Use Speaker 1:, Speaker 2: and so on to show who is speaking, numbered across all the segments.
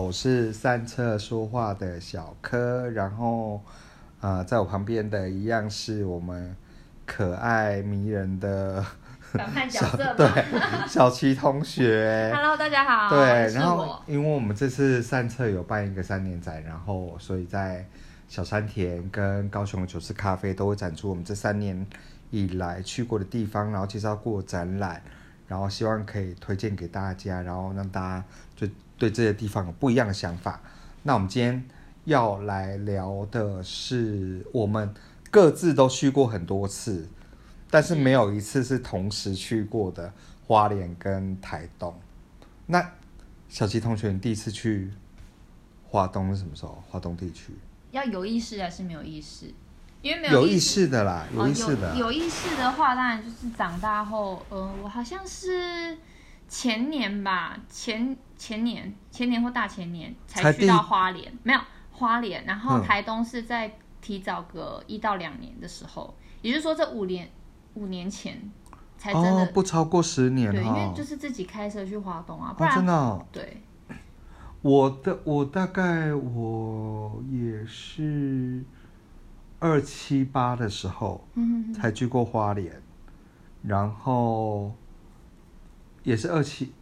Speaker 1: 我是三侧说话的小柯，然后呃，在我旁边的一样是我们可爱迷人的
Speaker 2: 反叛角
Speaker 1: 小
Speaker 2: 色
Speaker 1: 对
Speaker 2: 嘛。
Speaker 1: 小齐同 学。
Speaker 2: Hello，大家好，
Speaker 1: 对，
Speaker 2: 啊是
Speaker 1: 然后
Speaker 2: 我
Speaker 1: 因为我们这次散策有办一个三年展，然后所以在小山田跟高雄的九四咖啡都会展出我们这三年以来去过的地方，然后介绍过展览，然后希望可以推荐给大家，然后让大家对对这些地方有不一样的想法。那我们今天要来聊的是我们各自都去过很多次，但是没有一次是同时去过的花莲跟台东。那小齐同学，你第一次去华东是什么时候？华东地区
Speaker 2: 要有意识还是没有意识？因为没
Speaker 1: 有
Speaker 2: 意
Speaker 1: 意识的啦，有
Speaker 2: 哦
Speaker 1: 意识的
Speaker 2: 有。有意识的话，当然就是长大后，呃，我好像是前年吧，前前年、前年或大前年
Speaker 1: 才
Speaker 2: 才
Speaker 1: 第
Speaker 2: 去到花莲，没有花莲，然后
Speaker 1: 嗯
Speaker 2: 台东是在提早个一到两年的时候，也就是说这五年五年前才真的、
Speaker 1: 哦，不超过十年
Speaker 2: 对，因为
Speaker 1: 哦
Speaker 2: 就。是自己开车去花东啊，不
Speaker 1: 哦，
Speaker 2: 然、
Speaker 1: 真的哦、
Speaker 2: 对
Speaker 1: 我的我大概我也是二七八的时候
Speaker 2: 嗯
Speaker 1: 才去过花莲，然后也是二七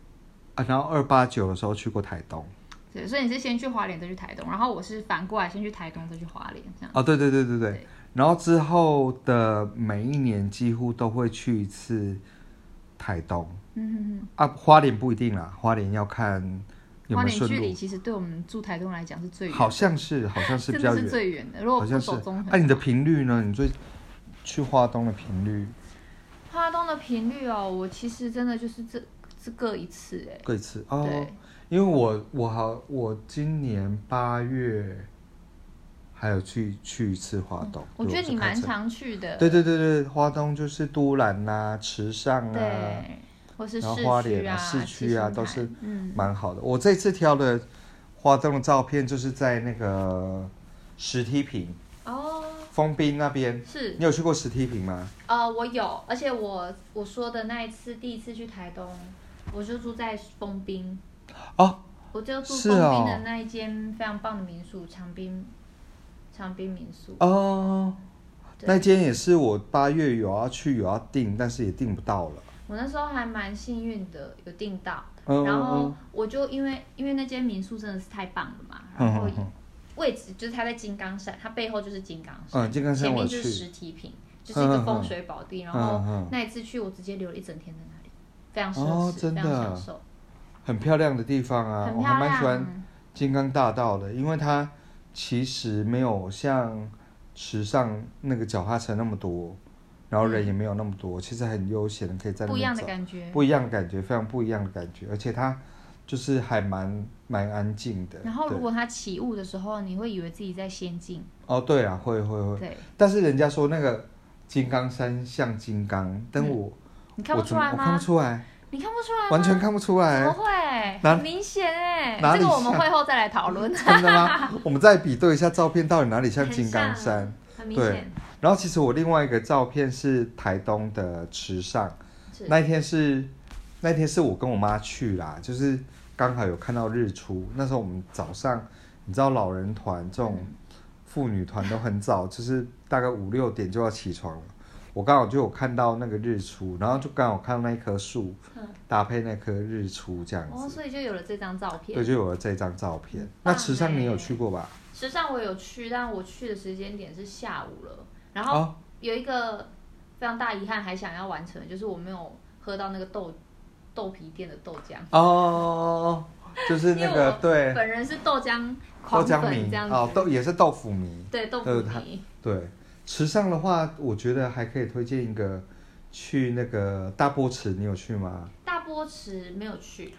Speaker 1: 啊，然后二八九的时候去过台东。
Speaker 2: 对，所以你是先去花莲再去台东，然后我是反过来先去台东再去花莲这样。
Speaker 1: 哦，对对对对对。
Speaker 2: 对
Speaker 1: 然后之后的每一年几乎都会去一次台东
Speaker 2: 嗯哼哼。
Speaker 1: 啊，花莲不一定啦，花莲要看有
Speaker 2: 花
Speaker 1: 没有
Speaker 2: 莲
Speaker 1: 顺
Speaker 2: 距离
Speaker 1: 路，
Speaker 2: 其实对我们住台东来讲是最远
Speaker 1: 嗯
Speaker 2: 的，
Speaker 1: 好像是好像是比
Speaker 2: 真
Speaker 1: 较
Speaker 2: 的是
Speaker 1: 远，
Speaker 2: 最远的。如果
Speaker 1: 好
Speaker 2: 不
Speaker 1: 像是
Speaker 2: 走中。
Speaker 1: 啊，你
Speaker 2: 横，
Speaker 1: 的频率呢？你最去花东的频率
Speaker 2: 花东的频率哦，我其实真的就是这这各一次哎，
Speaker 1: 贵次哦，
Speaker 2: 对，
Speaker 1: 因为我我好我今年八月还有去去一次花东，
Speaker 2: 嗯我
Speaker 1: 对
Speaker 2: 觉得
Speaker 1: 是
Speaker 2: 你
Speaker 1: 开
Speaker 2: 蛮
Speaker 1: 车
Speaker 2: 常去的，
Speaker 1: 对对对对，花东就是都兰呐、池上啊。
Speaker 2: 对，或是
Speaker 1: 然后
Speaker 2: 市
Speaker 1: 花
Speaker 2: 区
Speaker 1: 莲啊市区啊
Speaker 2: 七星
Speaker 1: 都
Speaker 2: 潭
Speaker 1: 是
Speaker 2: 嗯，
Speaker 1: 蛮好的。我这次挑的花东的照片就是在那个石梯坪
Speaker 2: 哦，
Speaker 1: 丰滨那边。
Speaker 2: 是
Speaker 1: 你有去过石梯坪吗？
Speaker 2: 呃，我有，而且我我说的那一次，第一次去台东，我就住在丰滨，
Speaker 1: 哦，
Speaker 2: 我就住
Speaker 1: 是
Speaker 2: 丰
Speaker 1: 哦
Speaker 2: 滨的那一间非常棒的民宿，长滨长滨民宿，
Speaker 1: 哦，
Speaker 2: 对
Speaker 1: 那间也是我八月有要去有要订，但是也订不到了。
Speaker 2: 我那时候还蛮幸运的，有订到。
Speaker 1: 嗯
Speaker 2: 然后
Speaker 1: 嗯
Speaker 2: 我就因为因为那间民宿真的是太棒了嘛，
Speaker 1: 嗯
Speaker 2: 然后
Speaker 1: 嗯嗯
Speaker 2: 位置就是它在金刚山，它背后就是金刚山，
Speaker 1: 嗯，金刚山
Speaker 2: 前
Speaker 1: 我
Speaker 2: 面
Speaker 1: 有
Speaker 2: 就是
Speaker 1: 去。
Speaker 2: 石梯坪，就是一个
Speaker 1: 嗯嗯
Speaker 2: 风水宝地。然
Speaker 1: 嗯
Speaker 2: 后
Speaker 1: 嗯
Speaker 2: 那一次去，我直接留了一整天在那里，非常
Speaker 1: 哦
Speaker 2: 奢侈，
Speaker 1: 真的
Speaker 2: 非常享受，
Speaker 1: 很漂亮的地方啊，
Speaker 2: 很
Speaker 1: 我还
Speaker 2: 漂
Speaker 1: 蛮喜欢
Speaker 2: 亮。
Speaker 1: 金刚大道的，因为它其实没有像池上那个脚踏车那么多，然后人也没有那么多，其实很悠闲的，可以在那
Speaker 2: 嗯不一
Speaker 1: 边
Speaker 2: 样
Speaker 1: 走
Speaker 2: 的。感觉，
Speaker 1: 不一样的感觉，非常不一样的感觉，而且它就是还蛮蛮安静的。
Speaker 2: 然后如
Speaker 1: 对
Speaker 2: 果它起雾的时候，你会以为自己在仙境，
Speaker 1: 哦，对啊，会会会，
Speaker 2: 对，
Speaker 1: 但是人家说那个金刚山像金刚，但我、
Speaker 2: 嗯你看
Speaker 1: 我
Speaker 2: 不出
Speaker 1: 怎么
Speaker 2: 来
Speaker 1: 我看
Speaker 2: 吗
Speaker 1: 不？出来，
Speaker 2: 你看不出来吗？
Speaker 1: 完全看不出
Speaker 2: 怎么
Speaker 1: 来，
Speaker 2: 会？
Speaker 1: 哪
Speaker 2: 很明显哎，
Speaker 1: 哪里
Speaker 2: 这个我们
Speaker 1: 像
Speaker 2: 会后再来讨论。
Speaker 1: 真的吗？我们再比对一下照片，到底哪里像
Speaker 2: 很啊
Speaker 1: 金刚山？，
Speaker 2: 很明
Speaker 1: 对
Speaker 2: 显。
Speaker 1: 然后其实我另外一个照片是台东的池上，
Speaker 2: 是哦
Speaker 1: 那一天是那一天是我跟我妈去啦，就是刚好有看到日出。那时候我们早上，你知道老人团这
Speaker 2: 嗯
Speaker 1: 种妇女团都很早，就是大概五六点就要起床了。我刚好就有看到那个日出，然后就刚好看到那一棵树
Speaker 2: 嗯
Speaker 1: 搭配那棵日出这样
Speaker 2: 哦，
Speaker 1: 子，
Speaker 2: 所以就有了这张照
Speaker 1: 对，
Speaker 2: 片。
Speaker 1: 就有了这张照片。那
Speaker 2: 棒
Speaker 1: 池上你有
Speaker 2: 欸
Speaker 1: 去过吧？
Speaker 2: 实际上我有去，但我去的时间点是下午了。然后
Speaker 1: 啊，
Speaker 2: 有一个非常大遗憾，还想要完成，就是我没有喝到那个豆豆皮店的豆浆。
Speaker 1: 哦哦，就是
Speaker 2: 因
Speaker 1: 那
Speaker 2: 为
Speaker 1: 个
Speaker 2: 我
Speaker 1: 对
Speaker 2: 本人是豆浆
Speaker 1: 哎豆
Speaker 2: 狂
Speaker 1: 浆
Speaker 2: 粉
Speaker 1: 迷
Speaker 2: 这样子，
Speaker 1: 哦，豆也是豆腐迷。
Speaker 2: 对豆
Speaker 1: 豆
Speaker 2: 腐
Speaker 1: 它
Speaker 2: 泥。
Speaker 1: 对，池上的话，我觉得还可以推荐一个去那个大波池，你有去吗？
Speaker 2: 大波池没有去，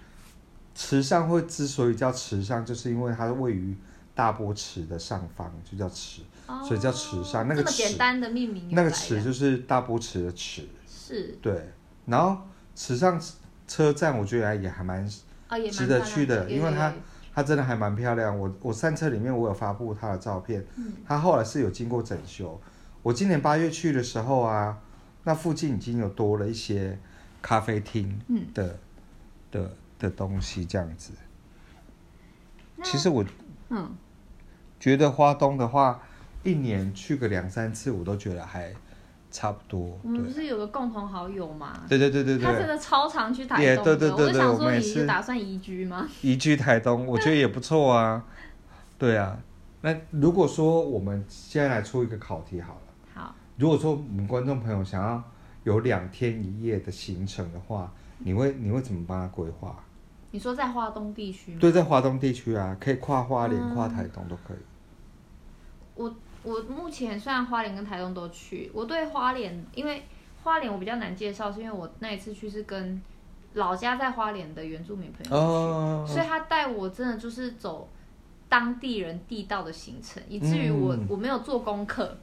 Speaker 1: 池上会之所以叫池上，就是因为它位于大波池的上方，就叫池。
Speaker 2: 哦
Speaker 1: 所以叫池上那个
Speaker 2: 这么简
Speaker 1: 池
Speaker 2: 单的命名由
Speaker 1: 那个
Speaker 2: 来
Speaker 1: 池
Speaker 2: 呀
Speaker 1: 就是大波池的池，
Speaker 2: 是
Speaker 1: 对。然后池上车站，我觉得也还蛮，
Speaker 2: 啊，也蛮
Speaker 1: 值得
Speaker 2: 漂亮
Speaker 1: 去的
Speaker 2: 有
Speaker 1: 因为
Speaker 2: 有
Speaker 1: 它
Speaker 2: 有
Speaker 1: 它真的还蛮漂亮。我我散车里面我有发布它的照片，
Speaker 2: 嗯
Speaker 1: 它后来是有经过整修。我今年八月去的时候啊，那附近已经有多了一些咖啡厅
Speaker 2: 嗯
Speaker 1: 的、的的东西这样子。其实我
Speaker 2: 嗯，
Speaker 1: 觉得花东的话，一年去个两三次，我都觉得还差不多。
Speaker 2: 我们不是有个共同好友吗？
Speaker 1: 对对对对
Speaker 2: 嗯他真
Speaker 1: 对，
Speaker 2: 的超常去台
Speaker 1: 也
Speaker 2: 东的，
Speaker 1: 对对对
Speaker 2: 我就
Speaker 1: 对
Speaker 2: 想
Speaker 1: 我
Speaker 2: 说
Speaker 1: 们也
Speaker 2: 你
Speaker 1: 是
Speaker 2: 是打算移居吗？
Speaker 1: 移居台东，我觉得也不错啊。对啊，那如果说我们现在来出一个考题好了。
Speaker 2: 好，
Speaker 1: 如果说我们观众朋友想要有两天一夜的行程的话，你会你会怎么帮他规划？
Speaker 2: 你说在华东地区吗？
Speaker 1: 对，在华东地区啊，可以跨花莲、
Speaker 2: 嗯
Speaker 1: 跨台东都可以。
Speaker 2: 我我目前虽然花莲跟台东都去，我对花莲，因为花莲我比较难介绍，是因为我那一次去是跟老家在花莲的原住民朋友去，
Speaker 1: 哦，
Speaker 2: 所以他带我真的就是走当地人地道的行程，以至于我、
Speaker 1: 嗯
Speaker 2: 我没有做功课，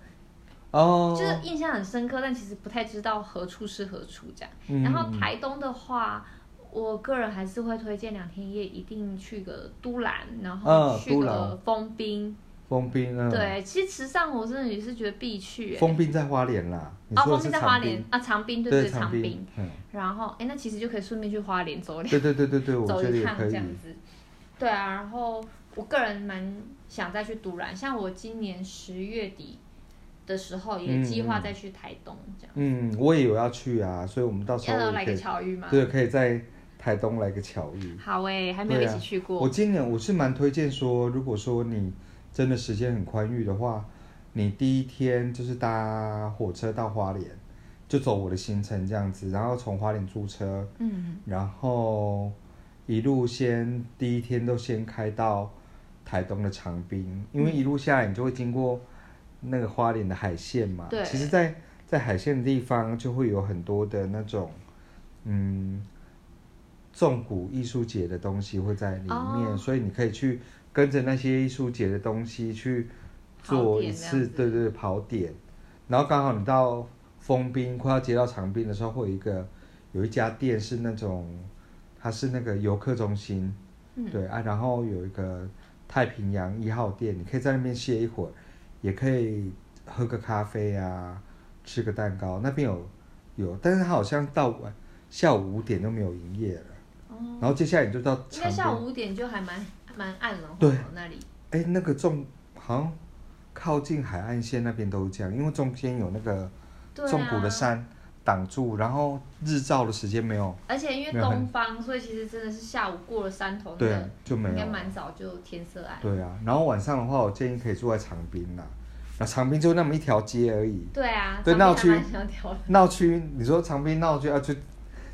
Speaker 1: 哦，
Speaker 2: 就是印象很深刻，但其实不太知道何处是何处这样。
Speaker 1: 嗯
Speaker 2: 然后台东的话，我个人还是会推荐两天一夜一定去个都兰，然后
Speaker 1: 嗯
Speaker 2: 去
Speaker 1: 都
Speaker 2: 个
Speaker 1: 兰
Speaker 2: 丰滨。
Speaker 1: 封冰啊，，
Speaker 2: 对，其实池上我真的也是觉得必去、欸。
Speaker 1: 封冰在花莲啦，你
Speaker 2: 啊，
Speaker 1: 说
Speaker 2: 丰
Speaker 1: 的是
Speaker 2: 在
Speaker 1: 长
Speaker 2: 花
Speaker 1: 滨
Speaker 2: 莲，啊，长滨对
Speaker 1: 对
Speaker 2: 长滨
Speaker 1: 滨。，嗯，
Speaker 2: 然后哎、诶那其实就可以顺便去花莲走两
Speaker 1: 对对对对对，我
Speaker 2: 走
Speaker 1: 觉得
Speaker 2: 一
Speaker 1: 也
Speaker 2: 趟
Speaker 1: 可
Speaker 2: 这
Speaker 1: 以
Speaker 2: 样。子。对啊，然后我个人蛮想再去独兰，像我今年十月底的时候也计划
Speaker 1: 嗯嗯
Speaker 2: 再去台东这样。
Speaker 1: 嗯，我也有要去啊，所以我们到时候
Speaker 2: 要
Speaker 1: 也
Speaker 2: 来
Speaker 1: 可
Speaker 2: 个
Speaker 1: 以，
Speaker 2: 巧遇吗？
Speaker 1: 对，可以在台东来个巧遇。
Speaker 2: 好哎、还没有一
Speaker 1: 对啊
Speaker 2: 起去过。
Speaker 1: 我今年我是蛮推荐说，如果说你真的时间很宽裕的话，你第一天就是搭火车到花莲，就走我的行程这样子，然后从花莲租车，
Speaker 2: 嗯，
Speaker 1: 然后一路先第一天都先开到台东的长滨，因为
Speaker 2: 嗯
Speaker 1: 一路下来你就会经过那个花莲的海线嘛。
Speaker 2: 对
Speaker 1: 其实在，在海线的地方就会有很多的那种，嗯，纵谷艺术节的东西会在里面，
Speaker 2: 哦
Speaker 1: 所以你可以去跟着那些艺术节的东西去
Speaker 2: 跑
Speaker 1: 做
Speaker 2: 点
Speaker 1: 一
Speaker 2: 这样
Speaker 1: 次，
Speaker 2: 子
Speaker 1: 对对对，跑点。然后刚好你到丰滨，快要接到长滨的时候，会有一个有一家店是那种，它是那个游客中心，
Speaker 2: 嗯
Speaker 1: 对啊，然后有一个太平洋一号店，你可以在那边歇一会儿，也可以喝个咖啡啊，吃个蛋糕。那边有有，但是它好像到晚下午五点都没有营业了。
Speaker 2: 哦，
Speaker 1: 然后接下来你就到
Speaker 2: 应
Speaker 1: 长
Speaker 2: 该下
Speaker 1: 滨，
Speaker 2: 午五点就还蛮蛮暗了，
Speaker 1: 对，
Speaker 2: 那里
Speaker 1: 哎，那个中好像靠近海岸线那边都是这样，因为中间有那个
Speaker 2: 对
Speaker 1: 纵谷
Speaker 2: 啊
Speaker 1: 的，山挡住，然后日照的时间没有，
Speaker 2: 而且因为
Speaker 1: 没有很
Speaker 2: 东方，所以其实真的是下午过了山头，
Speaker 1: 对
Speaker 2: 那
Speaker 1: 啊
Speaker 2: 个，
Speaker 1: 就没
Speaker 2: 哦应该
Speaker 1: 有。
Speaker 2: 蛮早就天色暗。
Speaker 1: 对啊，然后晚上的话，我建议可以住在长滨啦。那长滨就那么一条街而已，
Speaker 2: 对啊，
Speaker 1: 对
Speaker 2: 那
Speaker 1: 闹
Speaker 2: 还
Speaker 1: 区
Speaker 2: 蛮想挑的。
Speaker 1: 闹区，你说长滨闹区啊，就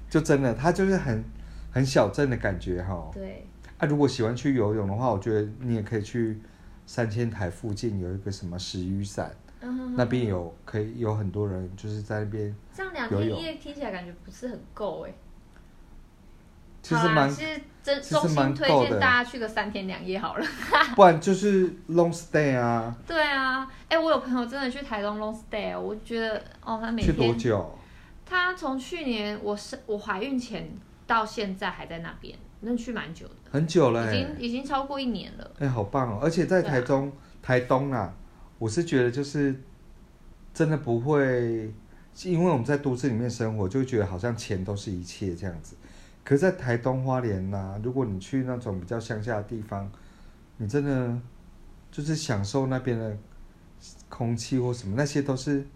Speaker 1: 就真的，它就是很很小镇的感觉哈。
Speaker 2: 对，
Speaker 1: 啊，如果喜欢去游泳的话，我觉得你也可以去三千台附近有一个什么石雨伞，
Speaker 2: 嗯，
Speaker 1: 那边有可以有很多人就是在那边，
Speaker 2: 这样两
Speaker 1: 游
Speaker 2: 天
Speaker 1: 泳
Speaker 2: 一夜听起来感觉不是很够哎。
Speaker 1: 其
Speaker 2: 好啊
Speaker 1: 实
Speaker 2: 啦
Speaker 1: 蛮，
Speaker 2: 其实真
Speaker 1: 其实
Speaker 2: 衷心
Speaker 1: 蛮
Speaker 2: 推
Speaker 1: 够
Speaker 2: 荐
Speaker 1: 的
Speaker 2: 大家去个三天两夜好了。
Speaker 1: 不然就是 long stay 啊，
Speaker 2: 对啊，哎，我有朋友真的去台东 long stay，哦我觉得哦，他每
Speaker 1: 去多
Speaker 2: 天
Speaker 1: 久？
Speaker 2: 他从去年我是我怀孕前到现在还在那边，那去蛮久的，
Speaker 1: 很久了、欸，
Speaker 2: 已经已经超过一年了。
Speaker 1: 哎、好棒哦！而且在
Speaker 2: 对啊
Speaker 1: 台中、台东啊，我是觉得就是真的不会，是因为我们在都市里面生活，就会觉得好像钱都是一切这样子。可是在台东花莲呐、如果你去那种比较乡下的地方，你真的就是享受那边的空气或什么，那些都是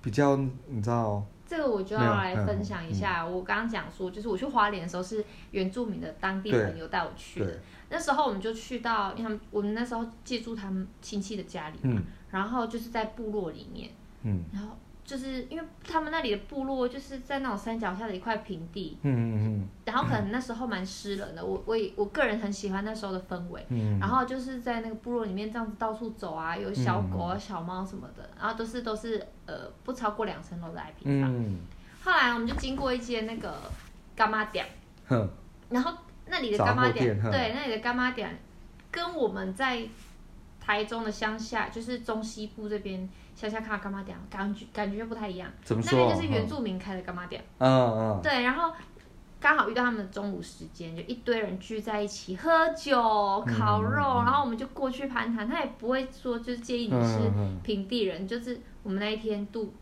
Speaker 1: 比较你知道，
Speaker 2: 这个我就
Speaker 1: 没有
Speaker 2: 要来
Speaker 1: 嗯
Speaker 2: 分享一下，我刚刚讲说，就是我去花莲的时候是原住民的当地朋友带我去的
Speaker 1: 对，，
Speaker 2: 那时候我们就去到因为他们，我们那时候借住他们亲戚的家里嘛，
Speaker 1: 嗯
Speaker 2: 然后就是在部落里面，
Speaker 1: 嗯
Speaker 2: 然后就是因为他们那里的部落就是在那种山脚下的一块平地，
Speaker 1: 嗯嗯
Speaker 2: 然后可能那时候蛮湿冷的，我我也我个人很喜欢那时候的氛围。
Speaker 1: 嗯嗯，
Speaker 2: 然后就是在那个部落里面这样子到处走啊，有小狗
Speaker 1: 嗯
Speaker 2: 啊、小猫什么的，然后都是都是呃不超过两层楼的矮平房。
Speaker 1: 嗯，
Speaker 2: 后来我们就经过一间那个干妈店，
Speaker 1: 哼，
Speaker 2: 然后那里的干妈店，
Speaker 1: 杂货店
Speaker 2: 对，那里的干妈店跟我们在台中的乡下，就是中西部这边乡下看到干妈店，感觉感觉就不太一样。
Speaker 1: 怎么
Speaker 2: 那
Speaker 1: 说？
Speaker 2: 边就是原住民开的干妈店。
Speaker 1: 嗯嗯
Speaker 2: 对，然后刚好遇到他们的中午时间，就一堆人聚在一起喝酒、烤肉，
Speaker 1: 嗯嗯嗯
Speaker 2: 然后我们就过去攀谈，他也不会说就是介意
Speaker 1: 嗯
Speaker 2: 你是
Speaker 1: 嗯
Speaker 2: 平地人，就是我们那一天度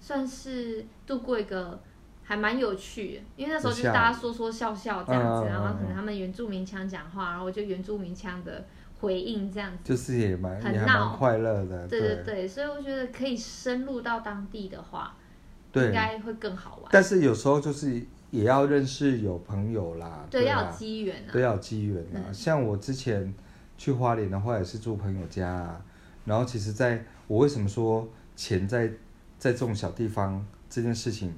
Speaker 2: 算是度过一个。还蛮有趣的，因为那时候就是
Speaker 1: 像
Speaker 2: 大家说说笑笑这样
Speaker 1: 嗯
Speaker 2: 子，
Speaker 1: 嗯
Speaker 2: 然后可
Speaker 1: 嗯
Speaker 2: 能他们原住民腔讲话，然后我就原住民腔的回应这样子。
Speaker 1: 就是也蛮
Speaker 2: 很
Speaker 1: 也还
Speaker 2: 闹
Speaker 1: 蛮快乐的，
Speaker 2: 对
Speaker 1: 嗯对
Speaker 2: 对对，所以我觉得可以深入到当地的话，应
Speaker 1: 对
Speaker 2: 该会更好玩。
Speaker 1: 但是有时候就是也要认识有朋友啦，
Speaker 2: 对，要有
Speaker 1: 啊，
Speaker 2: 机缘啊。
Speaker 1: 对要有机缘啦。像我之前去花莲的话，也是住朋友家、啊，然后其实在我为什么说钱在在这种小地方这件事情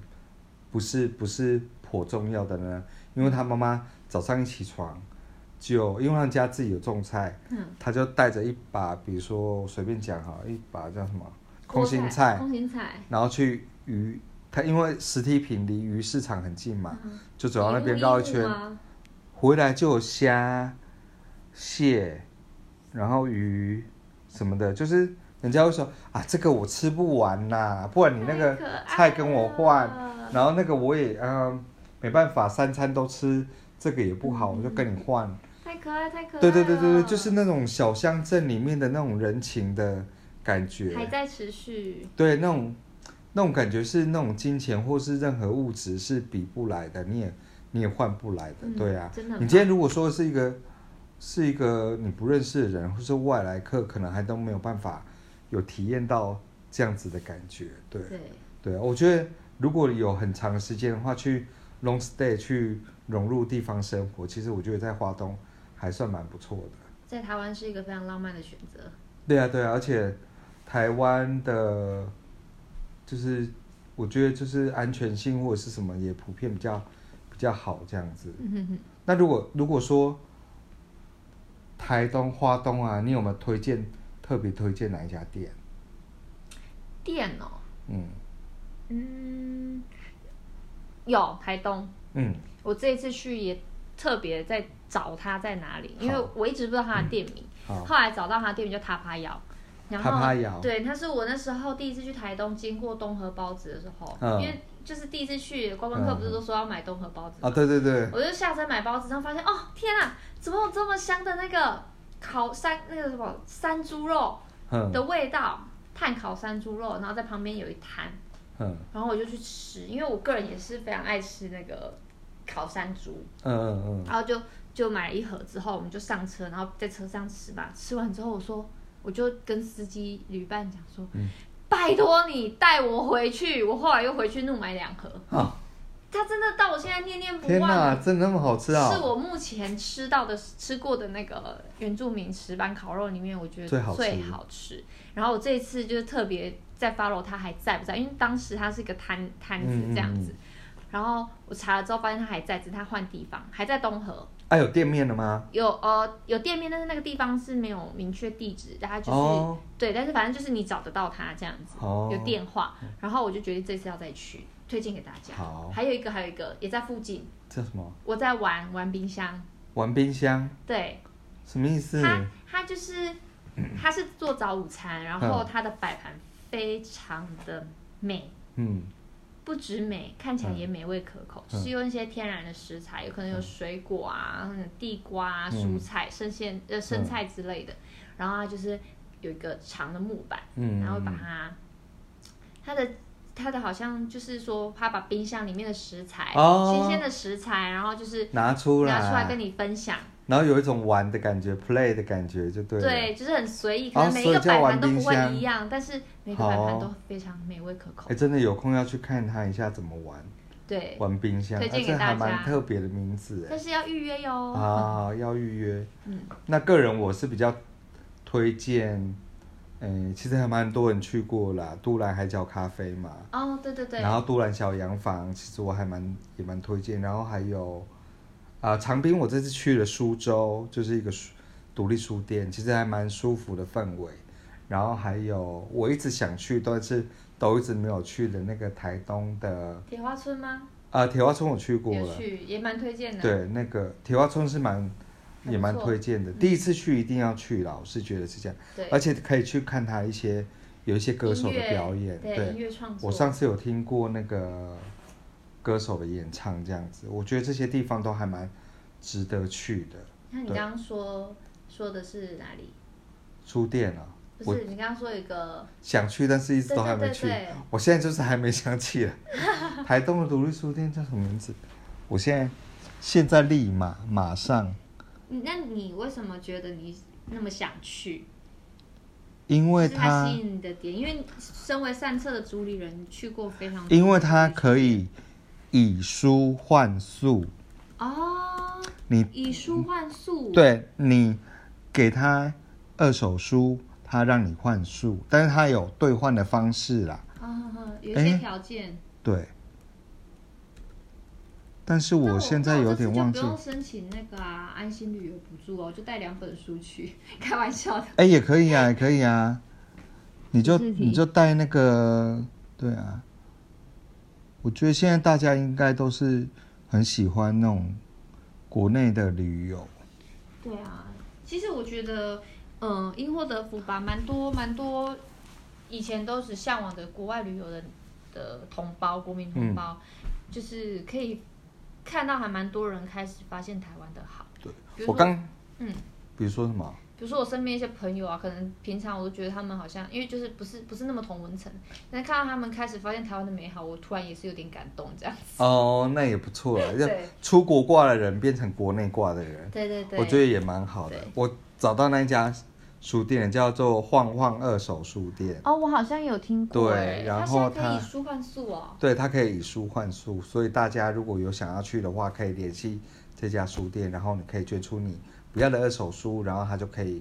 Speaker 1: 不是不是颇重要的呢？因为他妈妈早上一起床就因为他们家自己有种菜，
Speaker 2: 嗯，
Speaker 1: 他就带着一把，比如说随便讲哈，一把叫什么空
Speaker 2: 菠
Speaker 1: 心菜，
Speaker 2: 空心菜，
Speaker 1: 然后去鱼，他因为实体品离鱼市场很近嘛，就走到那边
Speaker 2: 一
Speaker 1: 绕一
Speaker 2: 步步
Speaker 1: 圈，
Speaker 2: 吗
Speaker 1: 回来就有虾、蟹，然后鱼什么的，就是人家会说啊，这个我吃不完啦，不然你那个
Speaker 2: 太可爱
Speaker 1: 菜跟我换
Speaker 2: 了，
Speaker 1: 然后那个我也嗯没办法，三餐都吃，这个也不好，我就跟你换。
Speaker 2: 太可爱，嗯太可爱了。啊
Speaker 1: 对对对对对，就是那种小乡镇里面的那种人情的感觉，
Speaker 2: 还在持续。
Speaker 1: 对，那种那种感觉是那种金钱或是任何物质是比不来的，你也你也换不来的，
Speaker 2: 嗯
Speaker 1: 对啊。
Speaker 2: 真的很
Speaker 1: 你今天如果说是一个是一个你不认识的人，或是外来客，可能还都没有办法有体验到这样子的感觉，对
Speaker 2: 对，
Speaker 1: 对啊。我觉得如果有很长的时间的话，去 long stay 去融入地方生活，其实我觉得在华东还算蛮不错的。
Speaker 2: 在台湾是一个非常浪漫的选择。
Speaker 1: 对啊，对啊，而且台湾的，就是我觉得就是安全性或者是什么也普遍比较比较好这样子。
Speaker 2: 嗯哼哼
Speaker 1: 那如果如果说台东、花东啊，你有没有推荐特别推荐哪一家店？
Speaker 2: 店哦，
Speaker 1: 嗯
Speaker 2: 嗯，有台东，
Speaker 1: 嗯
Speaker 2: 我这一次去也特别在找它在哪里，因为
Speaker 1: 好
Speaker 2: 我一直不知道它的店名，
Speaker 1: 好
Speaker 2: 后来找到它的店名叫塔帕窑。然后
Speaker 1: 塔帕窑
Speaker 2: 对，它是我那时候第一次去台东，经过东河包子的时候，
Speaker 1: 嗯
Speaker 2: 因为就是第一次去，观光客
Speaker 1: 嗯
Speaker 2: 不是都说要买东河包子吗
Speaker 1: 啊，对对对，
Speaker 2: 我就下车买包子，然后发现哦，天啊，怎么有这么香的那个烤山那个什么山猪肉
Speaker 1: 嗯
Speaker 2: 的味道？炭烤山猪肉，然后在旁边有一摊，
Speaker 1: 嗯
Speaker 2: 然后我就去吃，因为我个人也是非常爱吃那个烤山猪，
Speaker 1: 嗯嗯
Speaker 2: 然后就就买了一盒之后，我们就上车，然后在车上吃吧。吃完之后，我说我就跟司机旅伴讲说，
Speaker 1: 嗯
Speaker 2: 拜托你带我回去。我后来又回去怒买两盒，
Speaker 1: 嗯，啊，
Speaker 2: 他真的到我现在念念不
Speaker 1: 天
Speaker 2: 忘。
Speaker 1: 哪，真的那么好吃啊！
Speaker 2: 是我目前吃到的、吃过的那个原住民石板烤肉里面，我觉得
Speaker 1: 最好吃
Speaker 2: 好吃然后我这一次就是特别在 follow 它还在不在，因为当时它是一个摊摊子
Speaker 1: 嗯
Speaker 2: 这样子。然后我查了之后发现它还在，只是它换地方，还在东河
Speaker 1: 啊，有店面了吗？
Speaker 2: 有呃有店面，但是那个地方是没有明确地址，大家就是、
Speaker 1: 哦
Speaker 2: 对，但是反正就是你找得到它这样子，
Speaker 1: 哦
Speaker 2: 有电话。然后我就决定这次要再去，推荐给大家。
Speaker 1: 好
Speaker 2: 还有一个还有一个也在附近，
Speaker 1: 叫什么？
Speaker 2: 我在玩玩冰箱，
Speaker 1: 玩冰箱？
Speaker 2: 对，
Speaker 1: 什么意思？
Speaker 2: 他他 就是他是做早午餐，然后他的摆盘非常的美，
Speaker 1: 嗯
Speaker 2: 不止美，看起来也美味可口，
Speaker 1: 嗯
Speaker 2: 是用一些天然的食材，有可能有水果啊、嗯地瓜啊、
Speaker 1: 嗯
Speaker 2: 蔬菜、生鲜呃生菜之类的，然后他就是有一个长的木板，
Speaker 1: 嗯，
Speaker 2: 然后把它它的。它的好像就是说，他把冰箱里面的食材，
Speaker 1: 哦
Speaker 2: 新鲜的食材，然后就是
Speaker 1: 拿出来，
Speaker 2: 拿出来跟你分享，
Speaker 1: 然后有一种玩的感觉，play 的感觉，就对了。
Speaker 2: 对，就是很随意，可
Speaker 1: 哦
Speaker 2: 能每一
Speaker 1: 所
Speaker 2: 个
Speaker 1: 以叫
Speaker 2: 摆
Speaker 1: 玩
Speaker 2: 盘都不
Speaker 1: 冰
Speaker 2: 会
Speaker 1: 箱
Speaker 2: 一样，但是每个摆盘
Speaker 1: 好
Speaker 2: 都非常美味可口
Speaker 1: 哎，。真的有空要去看他一下怎么玩
Speaker 2: 对，
Speaker 1: 玩冰箱，
Speaker 2: 推
Speaker 1: 哎，
Speaker 2: 荐给
Speaker 1: 这还
Speaker 2: 大
Speaker 1: 蛮
Speaker 2: 家
Speaker 1: 特别的名字哎。
Speaker 2: 但是要预约哟。
Speaker 1: 啊，要预约。
Speaker 2: 嗯，
Speaker 1: 那个人我是比较推荐，嗯，其实还蛮多人去过啦，都兰海角咖啡嘛，
Speaker 2: 哦，对对对
Speaker 1: 然，后都兰小洋房，其实我还蛮也蛮推荐。然后还有啊，长滨我这次去了苏州，就是一个书独立书店，其实还蛮舒服的氛围。然后还有我一直想去，但是都一直没有去的那个台东的
Speaker 2: 铁花村吗？
Speaker 1: 啊铁花村，我去过
Speaker 2: 有
Speaker 1: 了。
Speaker 2: 去，也蛮推荐的。，
Speaker 1: 对，那个铁花村是蛮
Speaker 2: 还不
Speaker 1: 也蛮
Speaker 2: 错
Speaker 1: 推荐的，第一次去一定要去啦，我是觉得是这样，
Speaker 2: 对
Speaker 1: 而且可以去看他一些有一些歌手的表演，
Speaker 2: 对音乐创作，
Speaker 1: 我上次有听过那个歌手的演唱，这样子，我觉得这些地方都还蛮值得去的。
Speaker 2: 那你
Speaker 1: 对
Speaker 2: 刚刚说说的是哪里？
Speaker 1: 书店啊，
Speaker 2: 对不是你刚刚说有一个，
Speaker 1: 想去，但是一直
Speaker 2: 对
Speaker 1: 都还
Speaker 2: 对
Speaker 1: 没
Speaker 2: 对
Speaker 1: 去。
Speaker 2: 对，
Speaker 1: 我现在就是还没想起 来，台东的独立书店叫什么名字？我现在现在立马马上，
Speaker 2: 你那你为什么觉得你那么想去？
Speaker 1: 因为
Speaker 2: 是它
Speaker 1: 它
Speaker 2: 吸引你的点，因为身为善策的主理人，你去过非常多
Speaker 1: 因为它可以以书换宿，
Speaker 2: 哦，
Speaker 1: 你
Speaker 2: 以书换宿，，
Speaker 1: 对你给他二手书，他让你换书，但是他有兑换的方式啦，
Speaker 2: 啊，有一
Speaker 1: 哎
Speaker 2: 些条件。
Speaker 1: 对。但是
Speaker 2: 那
Speaker 1: 我现在
Speaker 2: 那
Speaker 1: 有
Speaker 2: 这次
Speaker 1: 点
Speaker 2: 就
Speaker 1: 忘
Speaker 2: 不
Speaker 1: 记，
Speaker 2: 用申请那个啊，安心旅游补助哦，就带两本书去， 开玩笑的。
Speaker 1: 哎、也可以啊，也可以啊，你就
Speaker 2: 不是
Speaker 1: 你
Speaker 2: 你
Speaker 1: 就带那个，对啊，我觉得现在大家应该都是很喜欢那种国内的旅游，
Speaker 2: 对啊，其实我觉得，嗯，因祸得福吧，蛮多蛮多，以前都只向往着国外旅游的的同胞，国民同胞，
Speaker 1: 嗯
Speaker 2: 就是可以看到还蛮多人开始发现台湾的好。
Speaker 1: 对
Speaker 2: 比如
Speaker 1: 我
Speaker 2: 说
Speaker 1: 刚
Speaker 2: 嗯，
Speaker 1: 比如说什么，
Speaker 2: 比如说我身边一些朋友啊，可能平常我都觉得他们好像，因为就是不是不是那么同文层，但是看到他们开始发现台湾的美好，我突然也是有点感动这样。
Speaker 1: 哦，那也不错 了，要
Speaker 2: 对
Speaker 1: 出国挂的人变成国内挂的人，
Speaker 2: 对对对，
Speaker 1: 我觉得也蛮好的
Speaker 2: 对。
Speaker 1: 我找到那一家书店叫做晃晃二手书店，
Speaker 2: 哦，我好像有听过
Speaker 1: 对
Speaker 2: 欸，
Speaker 1: 然
Speaker 2: 它
Speaker 1: 后
Speaker 2: 现在可
Speaker 1: 它
Speaker 2: 以舒换素哦。
Speaker 1: 对，它可以以书换书，所以大家如果有想要去的话，可以联系这家书店，然后你可以捐出你不要的二手书，然后它就可以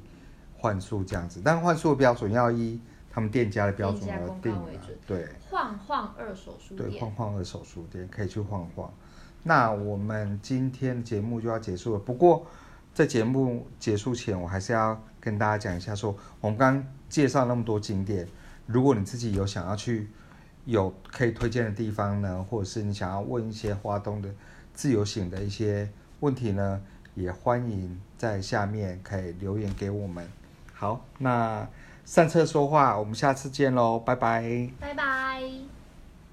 Speaker 1: 换书这样子。但换书的标准要依他们店家的标准
Speaker 2: 店家
Speaker 1: 而
Speaker 2: 公告
Speaker 1: 定
Speaker 2: 为
Speaker 1: 啊
Speaker 2: 准，
Speaker 1: 对。
Speaker 2: 晃晃二手书
Speaker 1: 对，
Speaker 2: 店
Speaker 1: 晃，晃二手书店可以去晃晃。那我们今天节目就要结束了，不过在节目结束前，我还是要跟大家讲一下说我们刚介绍那么多景点，如果你自己有想要去有可以推荐的地方呢，或者是你想要问一些花东的自由行的一些问题呢，也欢迎在下面可以留言给我们。好，那上车说话，我们下次见喽，拜拜。
Speaker 2: 拜拜。